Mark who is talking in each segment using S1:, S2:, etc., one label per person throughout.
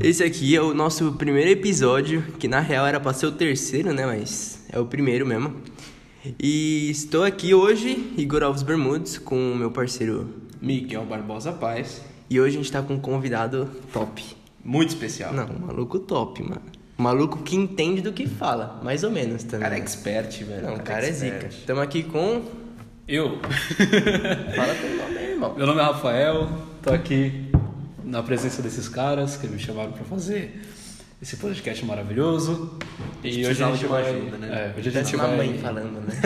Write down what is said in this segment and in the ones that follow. S1: Esse aqui é o nosso primeiro episódio, que na real era pra ser o terceiro, né? Mas é o primeiro mesmo. E estou aqui hoje, Igor Alves Bermudes, com o meu parceiro.
S2: Miguel Barbosa Paz,
S1: E hoje a gente tá com um convidado top.
S2: muito especial.
S1: Não, um maluco top, mano. Um maluco que entende do que fala, mais ou menos também.
S2: O cara é expert, velho.
S1: Não, o
S2: O
S1: cara é zica.
S2: expert.
S1: Estamos aqui com.
S3: Eu,
S1: Fala teu nome aí, irmão.
S3: meu nome é Rafael, tô aqui na presença desses caras que me chamaram pra fazer esse podcast maravilhoso.
S2: gente
S3: E hoje a
S2: precisava
S3: gente
S2: de uma
S3: vai,
S2: ajuda, né?
S3: é, hoje a
S1: Já
S3: gente
S1: tinha uma
S3: vai,
S1: mãe falando, né?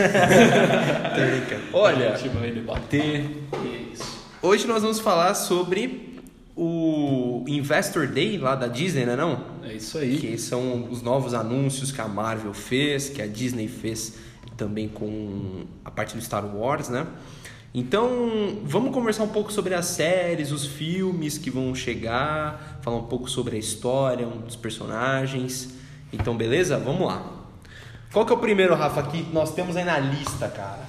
S2: Olha,
S3: a gente vai debater. E é isso.
S2: hoje nós vamos falar sobre o Investor Day lá da Disney, né não?
S3: É isso aí.
S2: Que são os novos anúncios que a Marvel fez, que a Disney fez também com a parte do Star Wars, né? Então, vamos conversar um pouco sobre as séries, os filmes que vão chegar, falar um pouco sobre a história, um dos personagens. Então, beleza? Vamos lá. Qual que é o primeiro, Rafa, que nós temos aí na lista, cara?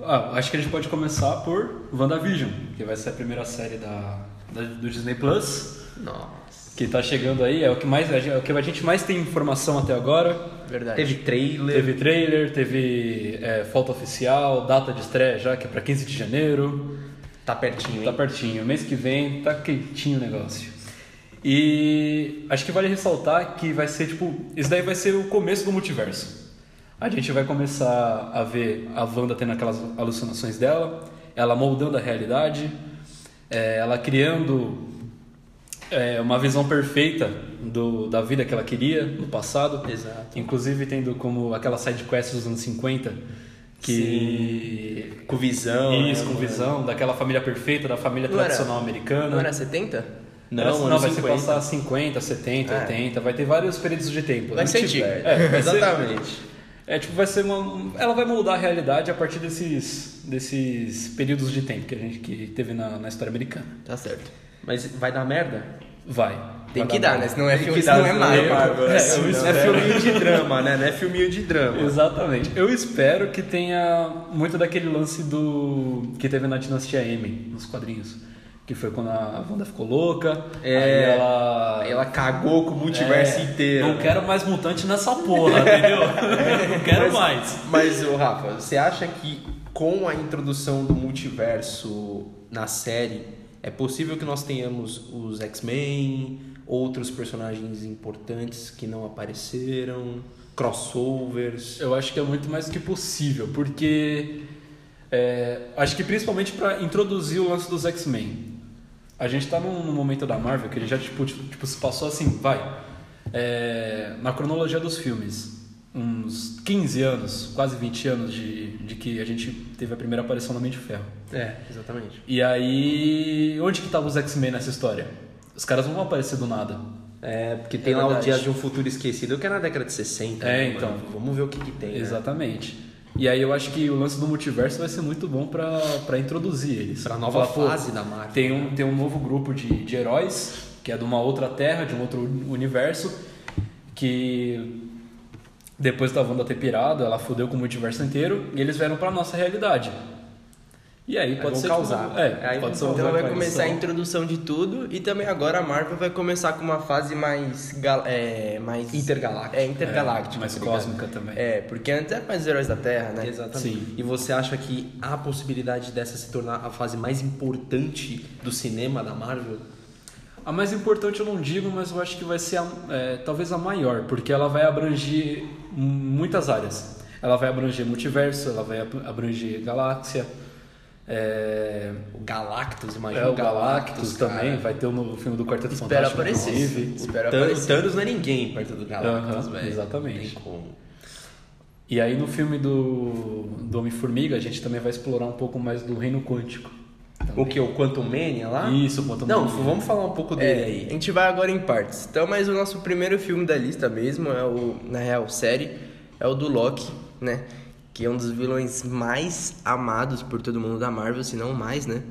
S3: Ah, acho que a gente pode começar por WandaVision, que vai ser a primeira série da, da- do Disney Plus.
S1: Nossa,
S3: Que tá chegando aí, é o que mais é o que a gente mais tem informação até agora.
S1: verdade.
S2: Teve trailer.
S3: Teve trailer, teve é, foto oficial, data de estreia já, que é pra 15 de janeiro.
S2: Tá pertinho,
S3: Tá
S2: hein?
S3: pertinho, mês que vem tá quentinho o negócio. E acho que vale ressaltar que vai ser tipo. Isso daí vai ser o começo do multiverso. A gente vai começar a ver a Wanda tendo aquelas alucinações dela, ela moldando a realidade, é, ela criando é, uma visão perfeita do, da vida que ela queria no passado.
S2: Exato.
S3: Inclusive tendo como aquela side quest dos anos 50 que
S2: Com visão.
S3: isso,
S2: né,
S3: com
S2: mano?
S3: visão daquela família perfeita, da família
S1: Não era-
S3: tradicional americana.
S1: Não era 70?
S2: Não,
S3: Era-
S2: anos
S3: vai
S2: 50.
S3: se passar 50, 70,
S2: É.
S3: 80, vai ter vários períodos de tempo.
S1: Vai
S3: né?
S1: ser
S3: Tipo,
S1: antigo.
S3: É, vai ser-
S2: Exatamente.
S3: é tipo, vai ser uma. Ela vai moldar a realidade a partir desses, desses períodos de tempo que a gente que teve na, na história americana.
S1: Tá certo.
S2: Mas vai dar merda?
S3: Vai.
S1: Tem
S3: Vai
S1: que dar, né? Senão é
S2: Tem
S1: filme,
S2: que dar,
S1: senão é
S2: senão é
S1: Marvel.
S2: Marvel.
S3: É, eu
S2: Senão é
S3: espero.
S2: filminho de drama, né? Não é filminho de drama.
S3: Exatamente. Eu espero que tenha muito daquele lance do que teve na Dinastia M, nos quadrinhos. Que foi quando a Wanda ficou louca,
S2: É.
S3: aí ela...
S2: Ela cagou com o multiverso
S3: É,
S2: inteiro.
S3: Não quero mais mutante nessa porra, entendeu? não quero
S2: Mas-
S3: mais.
S2: Mas, ô, Rafa, você acha que com a introdução do multiverso na série, é possível que nós tenhamos os X-Men, outros personagens importantes que não apareceram, crossovers?
S3: Eu acho que é muito mais do que possível, porque é, acho que principalmente para introduzir o lance dos X-Men. A gente tá num, num momento da Marvel que ele já tipo, tipo, tipo, se passou assim, vai. é, na cronologia dos filmes, uns 15 anos, quase 20 anos de, de que a gente teve a primeira aparição no Homem de Ferro.
S2: É, exatamente.
S3: E aí, onde que estavam os X-Men nessa história? Os caras não vão aparecer do nada.
S2: É, porque tem
S1: É
S2: lá o
S1: verdade.
S2: Dia de um Futuro Esquecido, que é na década de 60.
S3: É,
S2: mano?
S3: então.
S2: Vamos ver o que, que tem. né?
S3: Exatamente. E aí eu acho que o lance do multiverso vai ser muito bom pra pra introduzir eles.
S2: Pra nova
S3: Falar, pô,
S2: fase da Marvel.
S3: Tem um, tem um novo grupo de, de heróis, que é de uma outra terra, de um outro universo, que depois da Wanda ter pirado, ela fudeu com o multiverso inteiro, e eles vieram pra nossa realidade. E aí pode
S2: vão
S3: ser...
S2: causar.
S3: tipo, é,
S2: Aí
S3: pode ser
S2: vão-
S3: uma
S1: Então vai
S3: variação.
S1: começar a introdução de tudo e também agora a Marvel vai começar com uma fase mais gal- é, mais
S2: Intergaláctica.
S1: É, intergaláctica.
S3: É, mais
S1: tá ligado?
S3: cósmica também.
S1: É, porque antes era mais heróis da Terra, né?
S2: Exatamente.
S3: Sim.
S2: E você acha que há a possibilidade dessa se tornar a fase mais importante do cinema da Marvel?
S3: A mais importante eu não digo, mas eu acho que vai ser a- é, talvez a maior, porque ela vai abranger muitas áreas. Ela vai abranger multiverso, ela vai ab- abranger galáxia, é,
S2: O Galactus, imagina
S3: é, o Galactus também, vai ter o novo filme do Quarteto
S1: Espera
S3: Fantástico.
S1: aparecer.
S3: inclusive.
S1: Espera
S2: Thanos-
S1: aparecer.
S2: Thanos não é ninguém perto do Galactus,
S3: Aham,
S2: velho.
S3: exatamente.
S2: Não tem como.
S3: E aí no filme do, do Homem-Formiga, a gente também vai explorar um pouco mais do reino quântico.
S2: O que? O Quantum Mania lá?
S3: Isso, quanto
S2: Ah? Não, vamos falar um pouco dele
S1: É,
S2: aí.
S1: a gente vai agora em partes. Então, mas o nosso primeiro filme da lista mesmo é o, na real, série, é o do Loki, né? Que é um dos vilões mais amados por todo mundo da Marvel, se não o mais, né?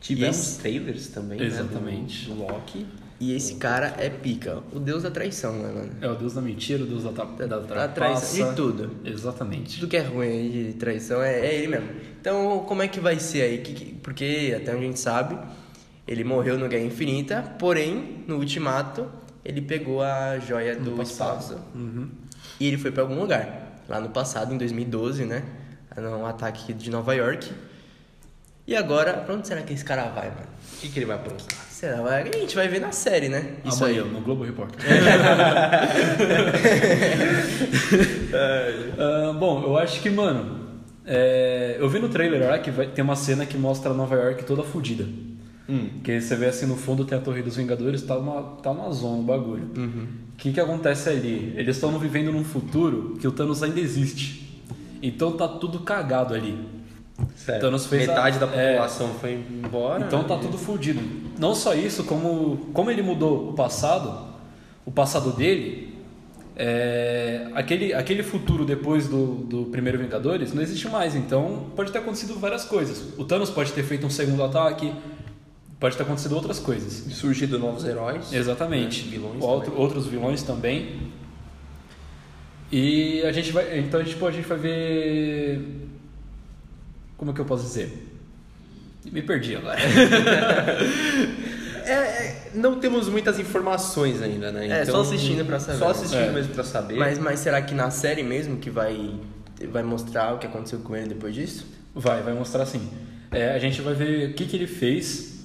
S2: Tivemos
S1: Esse-
S2: trailers também,
S3: Exatamente.
S2: Né, do, do Loki.
S1: E esse cara é pica, o deus da traição, né, mano?
S3: É o deus da mentira, o deus da, ta- da,
S1: Da traição, de tudo.
S3: Exatamente.
S1: Tudo que é ruim aí de traição é, é ele mesmo. Então, como é que vai ser aí? Que- que- porque, até onde a gente sabe, Ele morreu no Guerra Infinita, porém, no Ultimato, ele pegou a joia do espaço. E ele foi pra algum lugar. Lá no passado, em 2012, né? Num ataque de Nova York. E agora, pra onde será que esse cara vai, mano?
S2: O que, que ele vai aprontar?
S1: Será? Vai- A gente vai ver na série, né? Isso aí.
S3: Amanhã, no Globo Repórter.
S1: É.
S3: Ah, bom, eu acho que, mano, é, eu vi no trailer lá que vai, tem uma cena que mostra Nova York toda fodida.
S1: Hum.
S3: Que você vê assim no fundo tem a Torre dos Vingadores, tá uma, tá uma zona o bagulho. O
S1: Uhum.
S3: que, que acontece ali? Eles estão vivendo num futuro que o Thanos ainda existe. Então tá tudo cagado ali.
S2: Certo.
S3: Thanos fez a-
S2: Metade da
S3: é.
S2: população foi embora.
S3: Então tá
S2: né?
S3: tudo fudido. Não só isso, como, como ele mudou o passado, o passado dele, é, aquele, aquele futuro depois do, do primeiro Vingadores não existe mais. Então pode ter acontecido várias coisas. O Thanos pode ter feito um segundo ataque, pode ter acontecido outras coisas.
S2: Surgido novos heróis.
S3: Exatamente.
S2: Né? Vilões
S3: Outro- Outros vilões também. E a gente vai. Então a gente, pô, a gente vai ver. Como é que eu posso dizer? Me perdi agora.
S2: É, é, não temos muitas informações ainda, né?
S1: É, só assistindo pra saber,
S2: Só
S1: né?
S2: assistindo
S3: É.
S2: mesmo pra saber.
S1: Mas, mas será que na série mesmo que vai, vai mostrar o que aconteceu com ele depois disso?
S3: Vai, vai mostrar sim. É, a gente vai ver o que, que ele fez,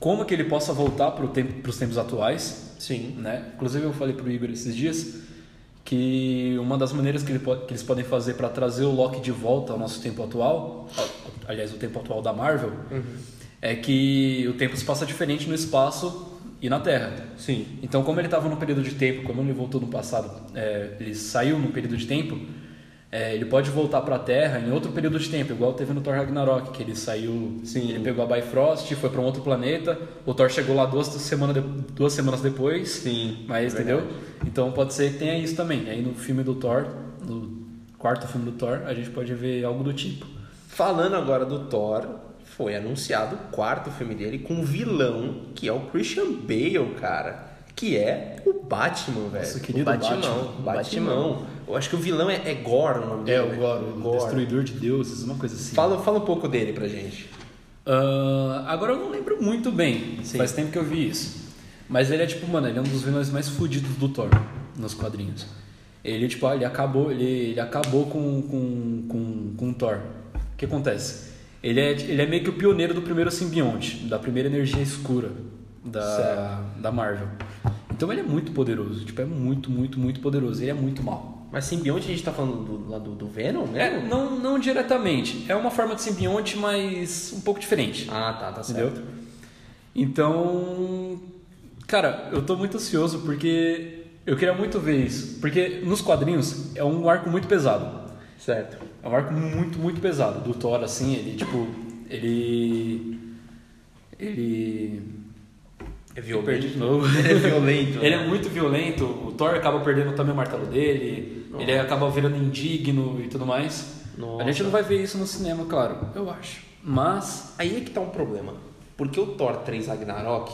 S3: como que ele possa voltar para tempo, os tempos atuais,
S2: Sim.
S3: né? Inclusive eu falei pro Igor esses dias que uma das maneiras que, ele po- que eles podem fazer para trazer o Loki de volta ao nosso tempo atual, a- aliás, o tempo atual da Marvel,
S2: Uhum.
S3: é que o tempo se passa diferente no espaço e na Terra.
S2: Sim.
S3: Então, como ele estava no período de tempo, como ele voltou no passado, é, ele saiu no período de tempo, é, ele pode voltar para a Terra em outro período de tempo, igual teve no Thor Ragnarok, que ele saiu,
S2: Sim.
S3: ele pegou a Bifrost, foi para um outro planeta, o Thor chegou lá duas, semana de- duas semanas depois,
S2: Sim,
S3: mas entendeu? Então pode ser que tenha isso também. Aí no filme do Thor, no quarto filme do Thor, a gente pode ver algo do tipo.
S2: Falando agora do Thor, foi anunciado o quarto filme dele com um vilão que é o Christian Bale, cara. Que é o Batman, velho.
S3: Nosso querido
S2: o Batman.
S1: Batman.
S2: O Batman. Eu acho que o vilão é, é Gore o nome dele. né?
S3: destruidor de deuses, uma coisa assim.
S2: Fala, fala um pouco dele pra gente.
S3: Ah, agora eu não lembro muito bem.
S2: Sim.
S3: Faz tempo que eu vi isso. Mas ele é tipo, mano, ele é um dos vilões mais fodidos do Thor nos quadrinhos. Ele, tipo, ah, ele acabou, ele, ele acabou com, com, com, com o Thor. O que acontece? Ele é, ele é meio que o pioneiro do primeiro simbionte, da primeira energia escura da, da Marvel. Então ele é muito poderoso, tipo, é muito, muito, muito poderoso. Ele é muito mal.
S2: Mas simbionte a gente tá falando do, lá do, do Venom, né?
S3: É, não, não diretamente. É uma forma de simbionte, mas um pouco diferente.
S2: Ah, tá, tá certo.
S3: Entendeu? Então, cara, eu tô muito ansioso porque eu queria muito ver isso. Porque nos quadrinhos é um arco muito pesado.
S2: Certo.
S3: É um arco muito, muito pesado. Do Thor, assim, ele, tipo, ele. Ele.
S2: É
S3: Eu
S2: violento.
S3: perdi de novo.
S2: Ele é violento.
S3: Ele é muito violento, o Thor acaba perdendo também o martelo dele, ele acaba virando indigno e tudo mais.
S2: Nossa.
S3: A gente não vai ver isso no cinema, claro, eu acho. Mas.
S2: Aí é que tá um problema. Porque o Thor 3 Ragnarok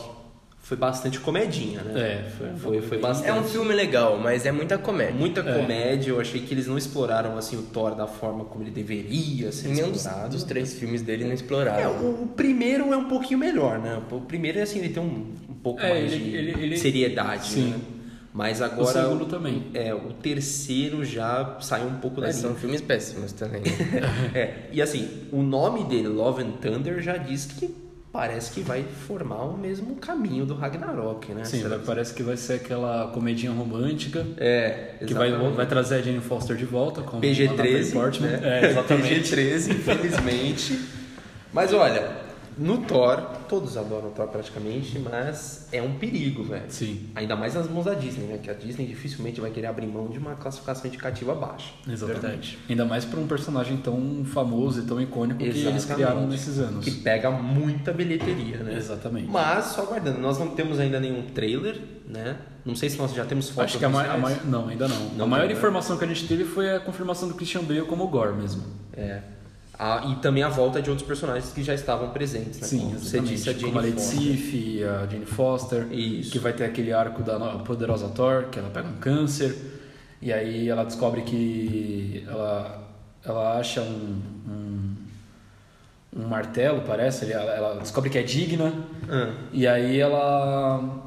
S2: foi bastante comedinha, né?
S3: É, foi-
S2: foi, foi bastante.
S1: É um filme legal, mas é muita comédia.
S2: Muita
S3: É.
S2: comédia, eu achei que eles não exploraram assim o Thor da forma como ele deveria ser
S1: Nenhum dos,
S2: explorado.
S1: dos três filmes dele não
S2: É,
S1: exploraram.
S2: o, o primeiro é um pouquinho melhor, né? O primeiro assim, ele tem um, um pouco
S3: É,
S2: mais
S3: ele-
S2: de
S3: ele- ele-
S2: seriedade,
S3: Sim.
S2: né? Mas
S3: O
S2: agora
S3: segundo também.
S2: é, o terceiro já saiu um pouco da
S3: É
S1: Mas são
S2: linha.
S1: filmes péssimos também.
S2: É, e assim, o nome dele, Love and Thunder, já diz que parece que vai formar o mesmo caminho do Ragnarok, né?
S3: Sim,
S2: Será-
S3: vai- parece que vai ser aquela comedinha romântica
S2: É,
S3: que vai,
S2: exatamente.
S3: vai trazer a Jane Foster de volta
S2: né?
S3: com a Natalie
S2: PG-13.
S3: Portman.
S2: Né?
S3: É, exatamente.
S2: PG-13, infelizmente. mas olha, no Thor, todos adoram o Thor praticamente, mas é um perigo, velho.
S3: Sim,
S2: Ainda mais nas mãos da Disney, né? Que a Disney dificilmente vai querer abrir mão de uma classificação indicativa baixa.
S3: exatamente. Ainda mais para um personagem tão famoso e tão icônico que eles
S2: Exatamente.
S3: criaram nesses anos.
S2: Que pega muita bilheteria, né?
S3: Exatamente.
S2: Mas só aguardando, nós não temos ainda nenhum trailer, né? Não sei se nós já temos fotos
S3: Acho que a, ma- a
S2: oficiais.
S3: maior. Não, ainda não.
S2: Não
S3: a maior
S2: tem, né?
S3: informação que a gente teve foi a confirmação do Christian Bale como Gore mesmo.
S2: É. Ah, e também a volta de outros personagens que já estavam presentes, né?
S3: Sim,
S2: Como você
S3: exatamente.
S2: disse, a Jane
S3: como a Lady
S2: Fonda.
S3: Sif, a Jane Foster.
S2: Isso.
S3: Que vai ter aquele arco da no- poderosa Thor, que ela pega um câncer. E aí ela descobre que ela, ela acha um, um, um martelo, parece. Ele- Ela, ela descobre que é digna.
S2: Ah,
S3: E aí ela.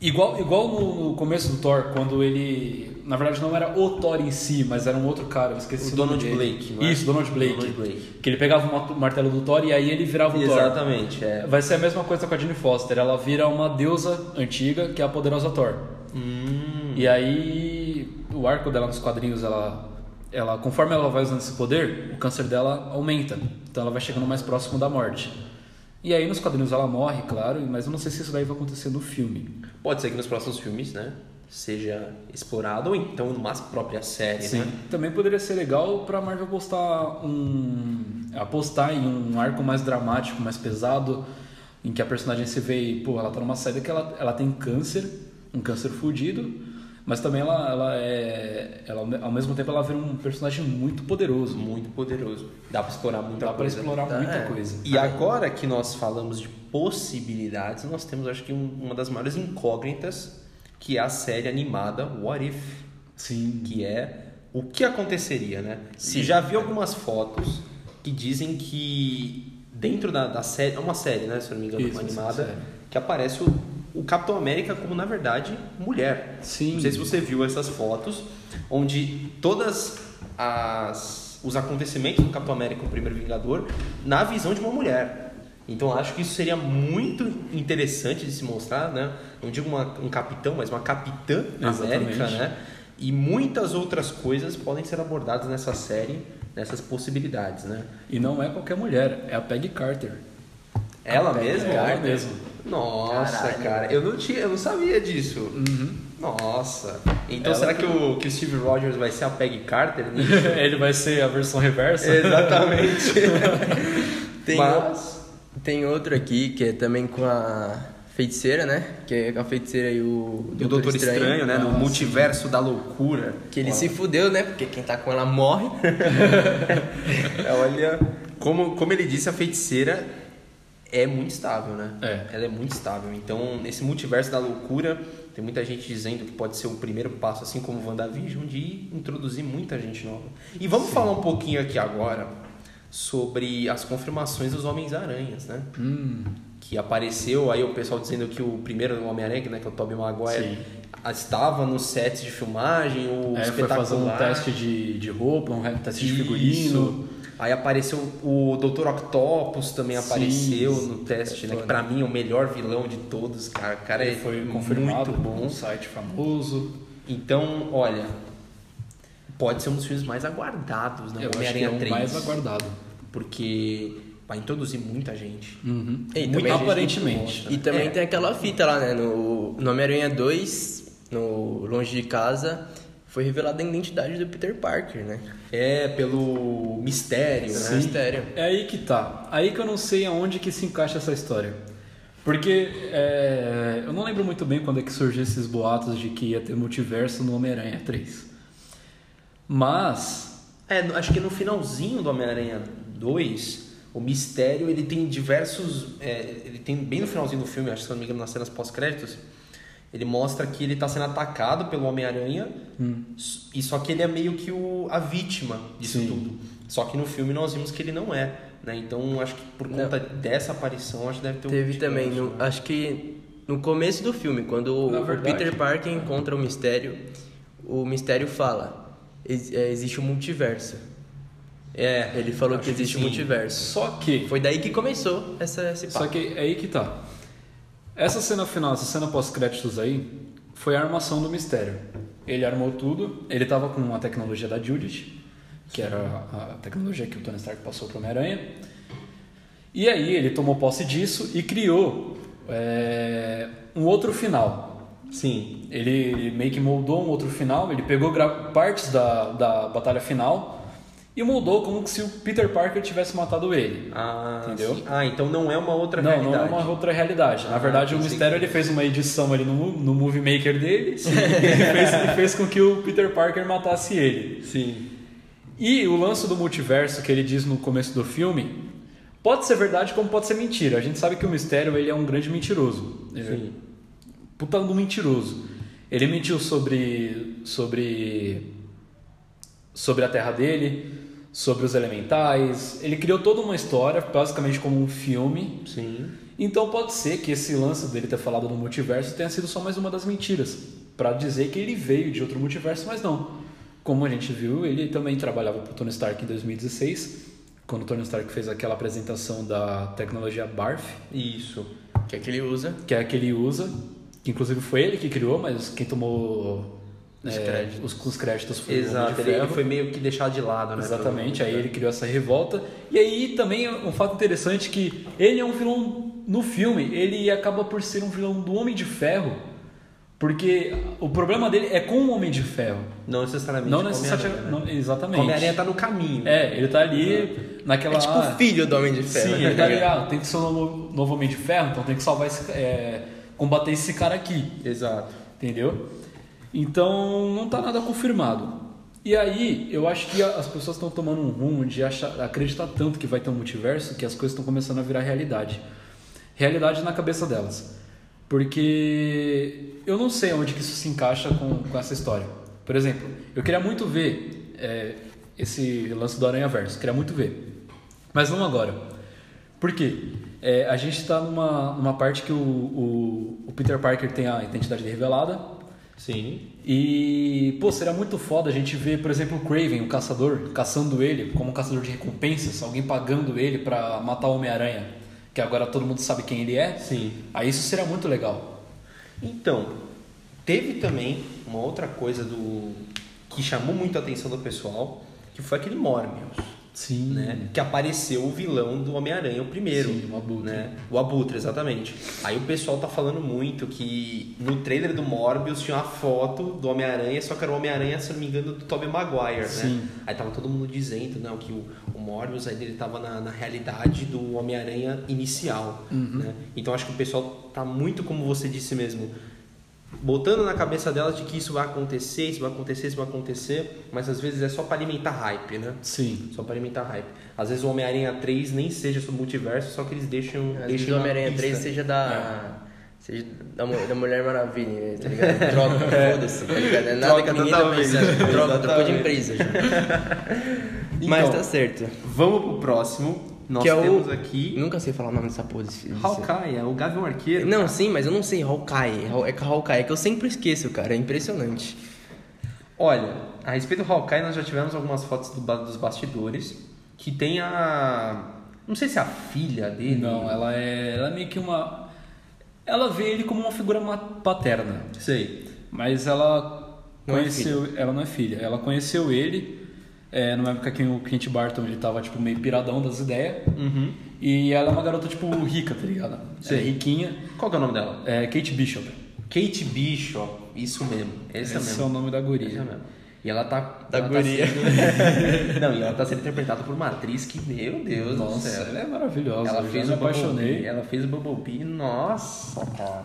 S3: Igual, igual no no começo do Thor, quando ele. Na verdade, não era o Thor em si, mas era um outro cara, eu esqueci.
S2: O
S3: nome
S2: Donald
S3: dele.
S2: Blake, não é?
S3: Isso, Donald Blake.
S2: Donald Blake.
S3: Que ele pegava o mat- o martelo do Thor e aí ele virava o Thor.
S2: Exatamente, é.
S3: Vai ser a mesma coisa com a Jane Foster. Ela vira uma deusa antiga, que é a poderosa Thor.
S2: Hum.
S3: E aí, o arco dela nos quadrinhos, ela, ela, conforme ela vai usando esse poder, o câncer dela aumenta. Então ela vai chegando mais próximo da morte. E aí nos quadrinhos ela morre, claro, mas eu não sei se isso daí vai acontecer no filme.
S2: Pode ser que nos próximos filmes, né? Seja explorado, ou então numa própria série, né?
S3: Também poderia ser legal pra Marvel postar um. apostar em um arco mais dramático, mais pesado, em que a personagem se vê e, pô, ela tá numa saída que ela, ela tem câncer, um câncer fudido, mas também ela, ela é. Ela, ao mesmo tempo ela vira um personagem muito poderoso.
S2: Muito poderoso. Dá pra explorar muita
S3: Dá pra
S2: coisa.
S3: explorar
S1: Tá,
S3: muita
S1: é.
S3: coisa.
S2: E agora que nós falamos de possibilidades, nós temos acho que um- uma das maiores incógnitas, que é a série animada What If,
S3: Sim.
S2: que é o que aconteceria, né? Se já vi algumas fotos que dizem que dentro da, da série, é uma série, né, se eu não me engano,
S3: Isso,
S2: uma
S3: isso,
S2: animada,
S3: série.
S2: que aparece o, o Capitão América como na verdade mulher.
S3: Sim.
S2: Não sei se você viu essas fotos, onde todas as os acontecimentos do Capitão América, o primeiro Vingador, na visão de uma mulher. Então eu acho que isso seria muito interessante de se mostrar, né? Não digo uma- um capitão, mas uma capitã América,
S3: Exatamente.
S2: né? E muitas outras coisas podem ser abordadas nessa série, nessas possibilidades, né?
S3: E não é qualquer mulher, é a Peggy Carter.
S2: Ela
S1: Peggy
S2: mesma?
S3: Ela mesmo.
S2: Nossa,
S1: Caralho.
S2: cara, eu não tinha, eu não sabia disso. Nossa. Uhum. Então
S3: Ela-
S2: será que o, que o Steve Rogers vai ser a Peggy Carter? né? nisso?
S3: Ele vai ser a versão reversa?
S2: Exatamente.
S1: Tem
S2: Mas
S1: Tem outro aqui que é também com a feiticeira, né? Que é com a feiticeira e o
S2: o Doutor Estranho, né? No
S3: Nossa.
S2: multiverso da loucura.
S1: Que ele se fudeu, né? Porque quem tá com ela morre.
S2: É, Olha, como, como ele disse, a feiticeira é muito estável, né?
S3: É.
S2: Ela é muito estável. Então, nesse multiverso da loucura, tem muita gente dizendo que pode ser o primeiro passo, assim como o WandaVision, de introduzir muita gente nova. E vamos falar um pouquinho aqui agora sobre as confirmações dos Homens-Aranhas, né?
S3: Hum.
S2: que apareceu, aí o pessoal dizendo que o primeiro Homem-Aranha, né, que é o Tobey Maguire,
S3: Sim.
S2: estava no set de filmagem, o
S3: É, foi
S2: espetacular.
S3: fazer um teste de, de roupa, um re- teste de figurino.
S2: Isso. Aí apareceu o Dr. Octopus também
S3: Sim.
S2: apareceu no teste, né?
S1: Foi,
S2: Que pra mim é o melhor vilão de todos, cara. O cara é
S3: Ele foi confirmado
S2: muito
S3: por um
S2: bom.
S3: site famoso.
S2: Então, olha, pode ser um dos filmes mais aguardados, né?
S3: eu acho que é
S2: Homem-Aranha
S3: o
S2: 3.
S3: mais aguardado.
S2: Porque vai introduzir muita gente.
S3: Uhum.
S1: E
S2: Muita
S1: também,
S2: gente que
S3: aparentemente.
S2: gosta.
S1: e também
S2: É.
S1: tem aquela fita lá, né? No, no Homem-Aranha 2, no Longe de Casa, foi revelada a identidade do Peter Parker, né?
S2: É, pelo mistério,
S1: Sim.
S2: né?
S1: Mistério.
S3: É aí que tá. Aí que eu não sei aonde que se encaixa essa história. Porque é, eu não lembro muito bem quando é que surgiu esses boatos de que ia ter multiverso no Homem-Aranha 3. Mas,
S2: É, no- acho que no finalzinho do Homem-Aranha 2, o mistério ele tem diversos. é, ele tem bem no finalzinho do filme, acho que se eu não me engano, nas cenas pós-créditos, ele mostra que ele tá sendo atacado pelo Homem-Aranha,
S3: Hum.
S2: s- e só que ele é meio que o, a vítima disso
S3: Sim.
S2: tudo. Só que no filme nós vimos que ele não é. Né? Então acho que por conta dessa aparição, acho que deve ter um
S1: Teve
S2: multiverso,
S1: também, no-
S2: né?
S1: acho que no começo do filme, quando o
S3: Na
S1: o
S3: verdade.
S1: Peter Parker encontra o Mistério, o Mistério fala, "Ex- é, existe um multiverso.
S2: É,
S1: Ele falou
S2: acho
S1: que existe um
S2: sim.
S1: multiverso.
S3: só que
S1: Foi daí que começou essa, esse papo.
S3: Só que é aí que tá. Essa cena final, essa cena pós-créditos aí, foi a armação do mistério. Ele armou tudo, ele tava com a tecnologia da Judith, que era a a tecnologia que o Tony Stark passou pro Homem-Aranha. E aí ele tomou posse disso e criou é, um outro final.
S2: Sim.
S3: Ele, ele meio que moldou um outro final, ele pegou gra- partes da, da batalha final e moldou como se o Peter Parker tivesse matado ele.
S2: Ah,
S3: Entendeu?
S2: sim. Ah, então não é uma outra
S3: não,
S2: realidade. Ah,
S3: não é uma outra realidade. Na verdade, o
S2: pensei
S3: Mistério
S2: que-
S3: ele fez uma edição ali no, mo- no Movie Maker dele e fez, e fez com que o Peter Parker matasse ele.
S2: Sim.
S3: E o lance do multiverso que ele diz no começo do filme pode ser verdade como pode ser mentira. A gente sabe que o Mistério ele é um grande mentiroso. Ele, puta do mentiroso. Ele mentiu sobre sobre sobre a terra dele, sobre os elementais. Ele criou toda uma história, basicamente como um filme.
S2: Sim.
S3: Então pode ser que esse lance dele ter falado no multiverso tenha sido só mais uma das mentiras, Pra dizer que ele veio de outro multiverso, mas não. Como a gente viu, ele também trabalhava pro Tony Stark em 2016, quando o Tony Stark fez aquela apresentação da tecnologia BARF,
S2: Isso.
S1: Que é que ele usa.
S3: que é a que ele usa, que inclusive foi ele que criou, mas quem tomou
S1: Os
S3: é,
S1: créditos.
S3: os- os créditos foi o Homem
S2: Exato.
S3: de
S2: Ele, ele
S3: Ferro.
S2: foi meio que deixado de lado, né?
S3: Exatamente, aí ele criou essa revolta. E aí também um fato interessante que ele é um vilão no filme, ele acaba por ser um vilão do Homem de Ferro, porque o problema dele é com o Homem de Ferro.
S2: Não necessariamente.
S3: Não
S2: com
S3: necessariamente.
S2: Homem-Aranha,
S3: não-
S2: né?
S3: exatamente.
S2: Homem-Aranha tá no caminho.
S3: É, ele tá ali naquela. ah,
S1: É
S2: um
S1: tipo o filho do Homem de Ferro.
S3: Sim, ele
S2: né?
S3: tá ali, ah, tem que ser o novo, novo Homem de Ferro, então tem que salvar esse. é, combater esse cara aqui.
S2: Exato.
S3: Entendeu? Então não tá nada confirmado. E aí, eu acho que a- as pessoas estão tomando um rumo de achar, acreditar tanto que vai ter um multiverso que as coisas estão começando a virar realidade. Realidade na cabeça delas. Porque eu não sei onde que isso se encaixa com, com essa história. Por exemplo, eu queria muito ver é, esse lance do Aranha Verso. Queria muito ver. Mas não agora. Por quê? É, a gente está numa, numa parte que o, o, o Peter Parker tem a identidade revelada.
S2: Sim.
S3: E, pô, seria muito foda a gente ver, por exemplo, o Craven, o caçador, caçando ele como um caçador de recompensas, alguém pagando ele pra matar o Homem-Aranha, que agora todo mundo sabe quem ele é.
S2: Sim.
S3: Aí isso seria muito legal.
S2: Então, teve também uma outra coisa do que chamou muito a atenção do pessoal, que foi aquele Morbius,
S3: Sim.
S2: né? Que apareceu o vilão do Homem-Aranha, o primeiro.
S3: Hum. Sim, o Abutre.
S2: Né? O Abutre, exatamente. Aí o pessoal tá falando muito que no trailer do Morbius tinha uma foto do Homem-Aranha, só que era o Homem-Aranha, se não me engano, do Tobey Maguire, né?
S3: Sim.
S2: Aí tava todo mundo dizendo, não, que o, o Morbius ainda ele tava na, na realidade do Homem-Aranha inicial,
S1: Uhum.
S2: né? Então acho que o pessoal tá muito, como você disse mesmo, botando na cabeça delas de que isso vai acontecer, isso vai acontecer, isso vai acontecer, mas às vezes é só para alimentar hype, né?
S3: Sim.
S2: Só para alimentar hype. Às vezes o Homem-Aranha 3 nem seja sobre multiverso, só que eles deixam.
S1: Às vezes
S2: deixam
S1: o
S2: na
S1: Homem-Aranha
S2: é pista.
S1: 3 seja da. Seja da, mu- da Mulher Maravilha, tá ligado? Troca, foda-se, tá ligado? É nada
S2: Troca
S1: que ninguém tá
S2: totalmente.
S1: pensando. Troca, trocou de
S2: Exatamente.
S1: empresa. gente.
S2: Então,
S1: Mas tá certo.
S2: Vamos pro próximo. Nós
S1: Que é o-
S2: temos aqui.
S1: Nunca sei falar o nome dessa porra desse- desse-
S2: Hawkeye, é o Gavião Arqueiro.
S1: Não, sim, mas eu não sei Hawkeye. Haw- É que Hawkeye, é que eu sempre esqueço, cara. É impressionante.
S2: Olha, a respeito do Hawkeye, nós já tivemos algumas fotos do ba- dos bastidores. Que tem a. Não sei se é a filha dele.
S3: Não, ela é, ela é meio que uma. Ela vê ele como uma figura ma- paterna.
S2: Sei.
S3: Mas ela
S1: Não é
S3: conheceu. ela não é filha. Ela conheceu ele é, numa época que o Clint Barton ele tava tipo, meio piradão das ideias.
S2: Uhum.
S3: E ela é uma garota, tipo, rica, tá ligado?
S2: Sim.
S3: É riquinha.
S2: Qual que é o nome dela?
S3: É Kate Bishop.
S2: Kate Bishop. Isso mesmo. Esse,
S3: Esse, é o nome da
S2: Essa
S3: guria.
S2: mesmo. E ela tá.
S1: Da
S2: ela tá
S1: guria.
S2: sendo- não, e ela tá sendo interpretada por uma atriz que, meu Deus do
S3: Nossa,
S2: céu.
S3: ela é maravilhosa.
S2: Ela
S3: eu
S2: fez
S3: já
S2: o
S3: me apaixonei.
S2: Bumblebee, ela fez o Bumblebee, nossa, cara.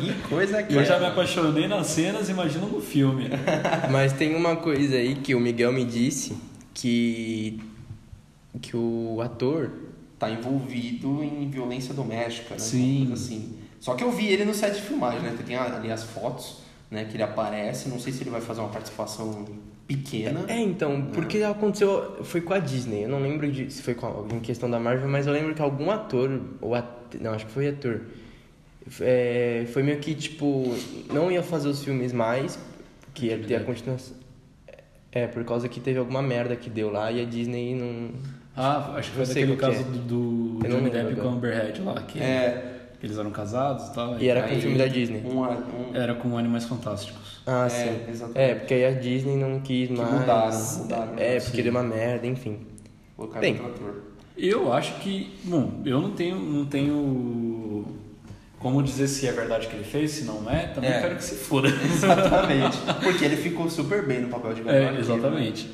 S2: que coisa que
S3: Eu já
S2: é.
S3: me apaixonei nas cenas, imagina no filme.
S1: Mas tem uma coisa aí que o Miguel me disse que. que o ator.
S2: Tá envolvido em violência doméstica, né?
S3: Sim.
S2: Uma coisa Assim. Só que eu vi ele no set de filmagem, né? Tem ali as fotos, né? Que ele aparece, não sei se ele vai fazer uma participação pequena.
S1: É, então, porque aconteceu. Foi com a Disney. Eu não lembro de, se foi com a, em questão da Marvel, mas eu lembro que algum ator. Ou at, não, acho que foi ator. é, foi meio que tipo. Não ia fazer os filmes mais. Que ia ter a continuação. É, por causa que teve alguma merda que deu lá e a Disney não.
S3: Ah, acho que foi
S1: Eu sei
S3: daquele
S1: qual que
S3: caso
S1: é.
S3: do, do
S1: Eu não lembro
S3: Johnny Depp com a
S1: agora.
S3: Amber Heard lá, que
S2: É,
S3: eles eram casados e tal.
S1: E era com
S2: aí-
S1: o filme da Disney.
S2: um, um,
S3: Era com Animais Fantásticos.
S1: Ah,
S2: É,
S1: sim.
S2: exatamente.
S1: É, porque aí a Disney não quis mais.
S2: mudaram, mudaram, né?
S1: É,
S2: sim.
S1: porque deu uma merda, enfim.
S2: colocaram
S1: Bem.
S2: outro ator.
S3: Eu acho que, bom, eu não tenho, não tenho como dizer se é verdade que ele fez, se não é, também
S2: É.
S3: quero que se foda.
S2: Exatamente. Porque ele ficou super bem no papel de né?
S3: É,
S2: Gabriel.
S3: exatamente.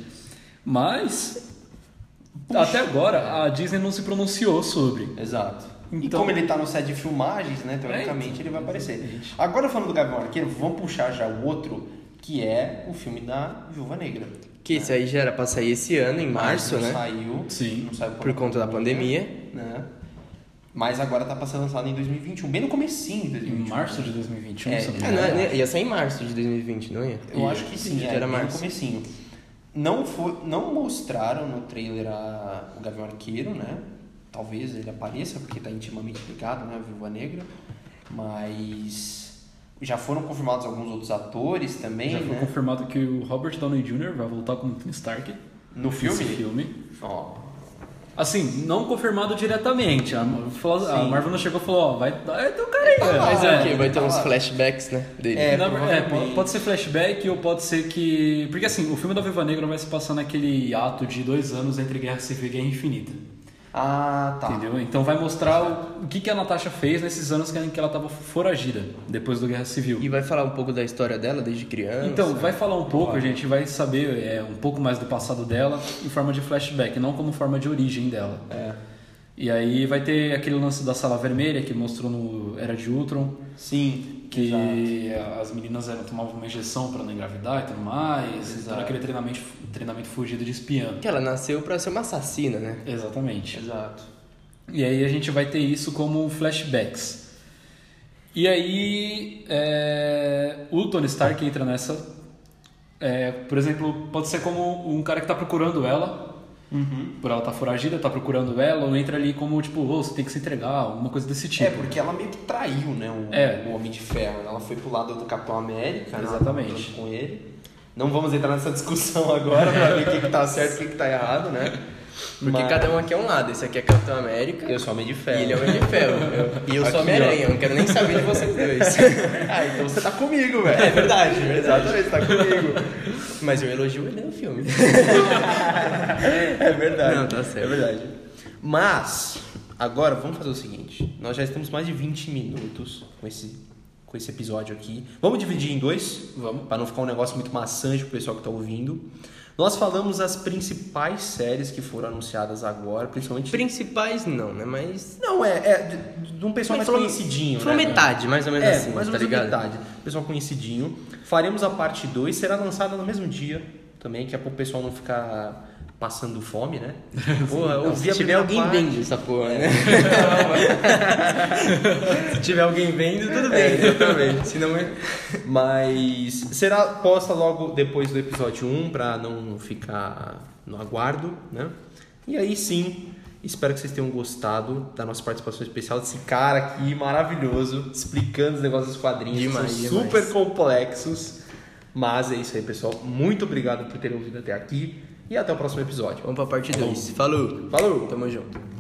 S3: Mas até agora a Disney não se pronunciou sobre.
S2: Exato. e
S3: Então-
S2: como ele tá no set de filmagens, né? Teoricamente ele vai aparecer. Agora falando do Gavião Arqueiro, vamos puxar já o outro, que é o filme da Viúva Negra.
S1: Que isso aí já era pra sair esse ano, em março,
S2: Mas não
S1: né?
S2: Saiu.
S3: Sim.
S2: Não saiu
S1: Por conta da pandemia.
S2: Né? Mas agora tá pra ser lançado em 2021, bem no comecinho de
S3: Em
S2: 2021.
S3: março de 2021,
S2: É,
S3: se eu não
S1: É,
S3: me
S1: não,
S3: engano.
S1: é- ia sair em março de 2020, não ia?
S2: Eu acho que sim,
S1: Já
S2: é,
S1: era
S2: bem no
S1: março.
S2: comecinho. Não, foi, não mostraram no trailer a- o Gavião Arqueiro, né? Talvez ele apareça, porque tá intimamente ligado, né? A Viúva Negra. Mas já foram confirmados alguns outros atores também,
S3: Já foi
S2: né?
S3: confirmado que o Robert Downey Jr. vai voltar como Tony Stark
S2: No filme?
S3: nesse filme.
S2: Ó,
S3: Assim, não confirmado diretamente. A, Mar- falou- a
S2: Sim.
S3: Marvel não chegou e falou, ó, vai vai ter um cara aí. velho.
S1: Mas é o quê? Vai ter
S2: tá
S1: uns
S2: lá.
S1: flashbacks, né? Dele.
S2: É,
S3: Na- é, po-
S2: provavelmente.
S3: pode ser flashback ou pode ser que. Porque assim, o filme da Viva Negra vai se passar naquele ato de dois anos entre Guerra Civil e Guerra Infinita.
S2: Ah, tá.
S3: Entendeu? Então vai mostrar o, o que, que a Natasha fez nesses anos que- em que ela tava foragida, depois do Guerra Civil.
S1: E vai falar um pouco da história dela desde
S2: É,
S1: criança.
S3: Então, vai falar um pouco, a gente vai saber é, um pouco mais do passado dela em forma de flashback, não como forma de origem dela.
S2: É.
S3: E aí vai ter aquele lance da sala vermelha que mostrou no Era de Ultron,
S2: Sim,
S3: que
S2: exato.
S3: as meninas eram, tomavam uma injeção pra não engravidar e tudo mais, e todo
S2: Exato.
S3: aquele treinamento, treinamento fugido de espiã.
S1: Que ela nasceu pra ser uma assassina, né?
S3: Exatamente.
S2: Exato.
S3: E aí a gente vai ter isso como flashbacks. E aí é, o Tony Stark entra nessa. é, por exemplo, pode ser como um cara que tá procurando ela. Por ela tá foragida, tá procurando ela, ou entra ali como tipo, "Ô, você tem que se entregar, alguma coisa desse tipo.
S2: É, porque ela meio que traiu, né, o,
S3: É.
S2: o Homem de Ferro. Ela foi pro lado do Capitão América, né,
S3: Exatamente.
S2: ela tá com ele. Não vamos entrar nessa discussão agora pra ver o que, que tá certo e o que, que tá errado, né?
S1: Porque cada um aqui é um lado. Esse aqui é Capitão América
S2: Eu sou Homem de
S1: e
S2: Ferro.
S1: ele é o Homem de Ferro. Eu- E eu sou
S2: Aqui,
S1: Homem-Aranha, eu não quero nem saber de vocês dois.
S2: Ah, então você tá comigo, velho. É verdade, Exatamente, você tá comigo.
S1: Mas eu elogio ele no filme.
S2: É verdade.
S1: Não, tá certo.
S2: É verdade. Mas, agora vamos fazer o seguinte. Nós já estamos mais de 20 minutos com esse, com esse episódio aqui. Vamos dividir em dois?
S3: Vamos.
S2: Pra não ficar um negócio muito maçante pro pessoal que tá ouvindo. Nós falamos as principais séries que foram anunciadas agora, principalmente...
S1: Principais não, né? Mas.
S2: Não, é, é de, de um pessoal mais
S1: falou-
S2: conhecidinho,
S1: falou
S2: né?
S1: metade, mais ou menos
S2: É,
S1: assim,
S2: mais ou
S1: tá
S2: menos a
S1: ligado?
S2: metade. Pessoal conhecidinho. Faremos a parte 2, será lançada no mesmo dia também, que é pro pessoal não ficar passando fome, né? Porra,
S1: Não,
S2: ouvi
S1: se
S2: a
S1: tiver
S2: primeira
S1: alguém
S2: parte.
S1: vendo essa porra, né?
S2: é.
S1: se tiver alguém vendo, tudo bem. exatamente. Se não é.
S2: Mas será posta logo depois do episódio 1 pra não ficar no aguardo, né? E aí sim, espero que vocês tenham gostado da nossa participação especial desse cara aqui maravilhoso, explicando os negócios dos quadrinhos, que
S1: Demais,
S2: são
S1: demais.
S2: super complexos. Mas é isso aí, pessoal. Muito obrigado por terem ouvido até aqui e até o próximo episódio.
S1: Vamos pra parte 2. Falou!
S2: Falou!
S1: Tamo junto.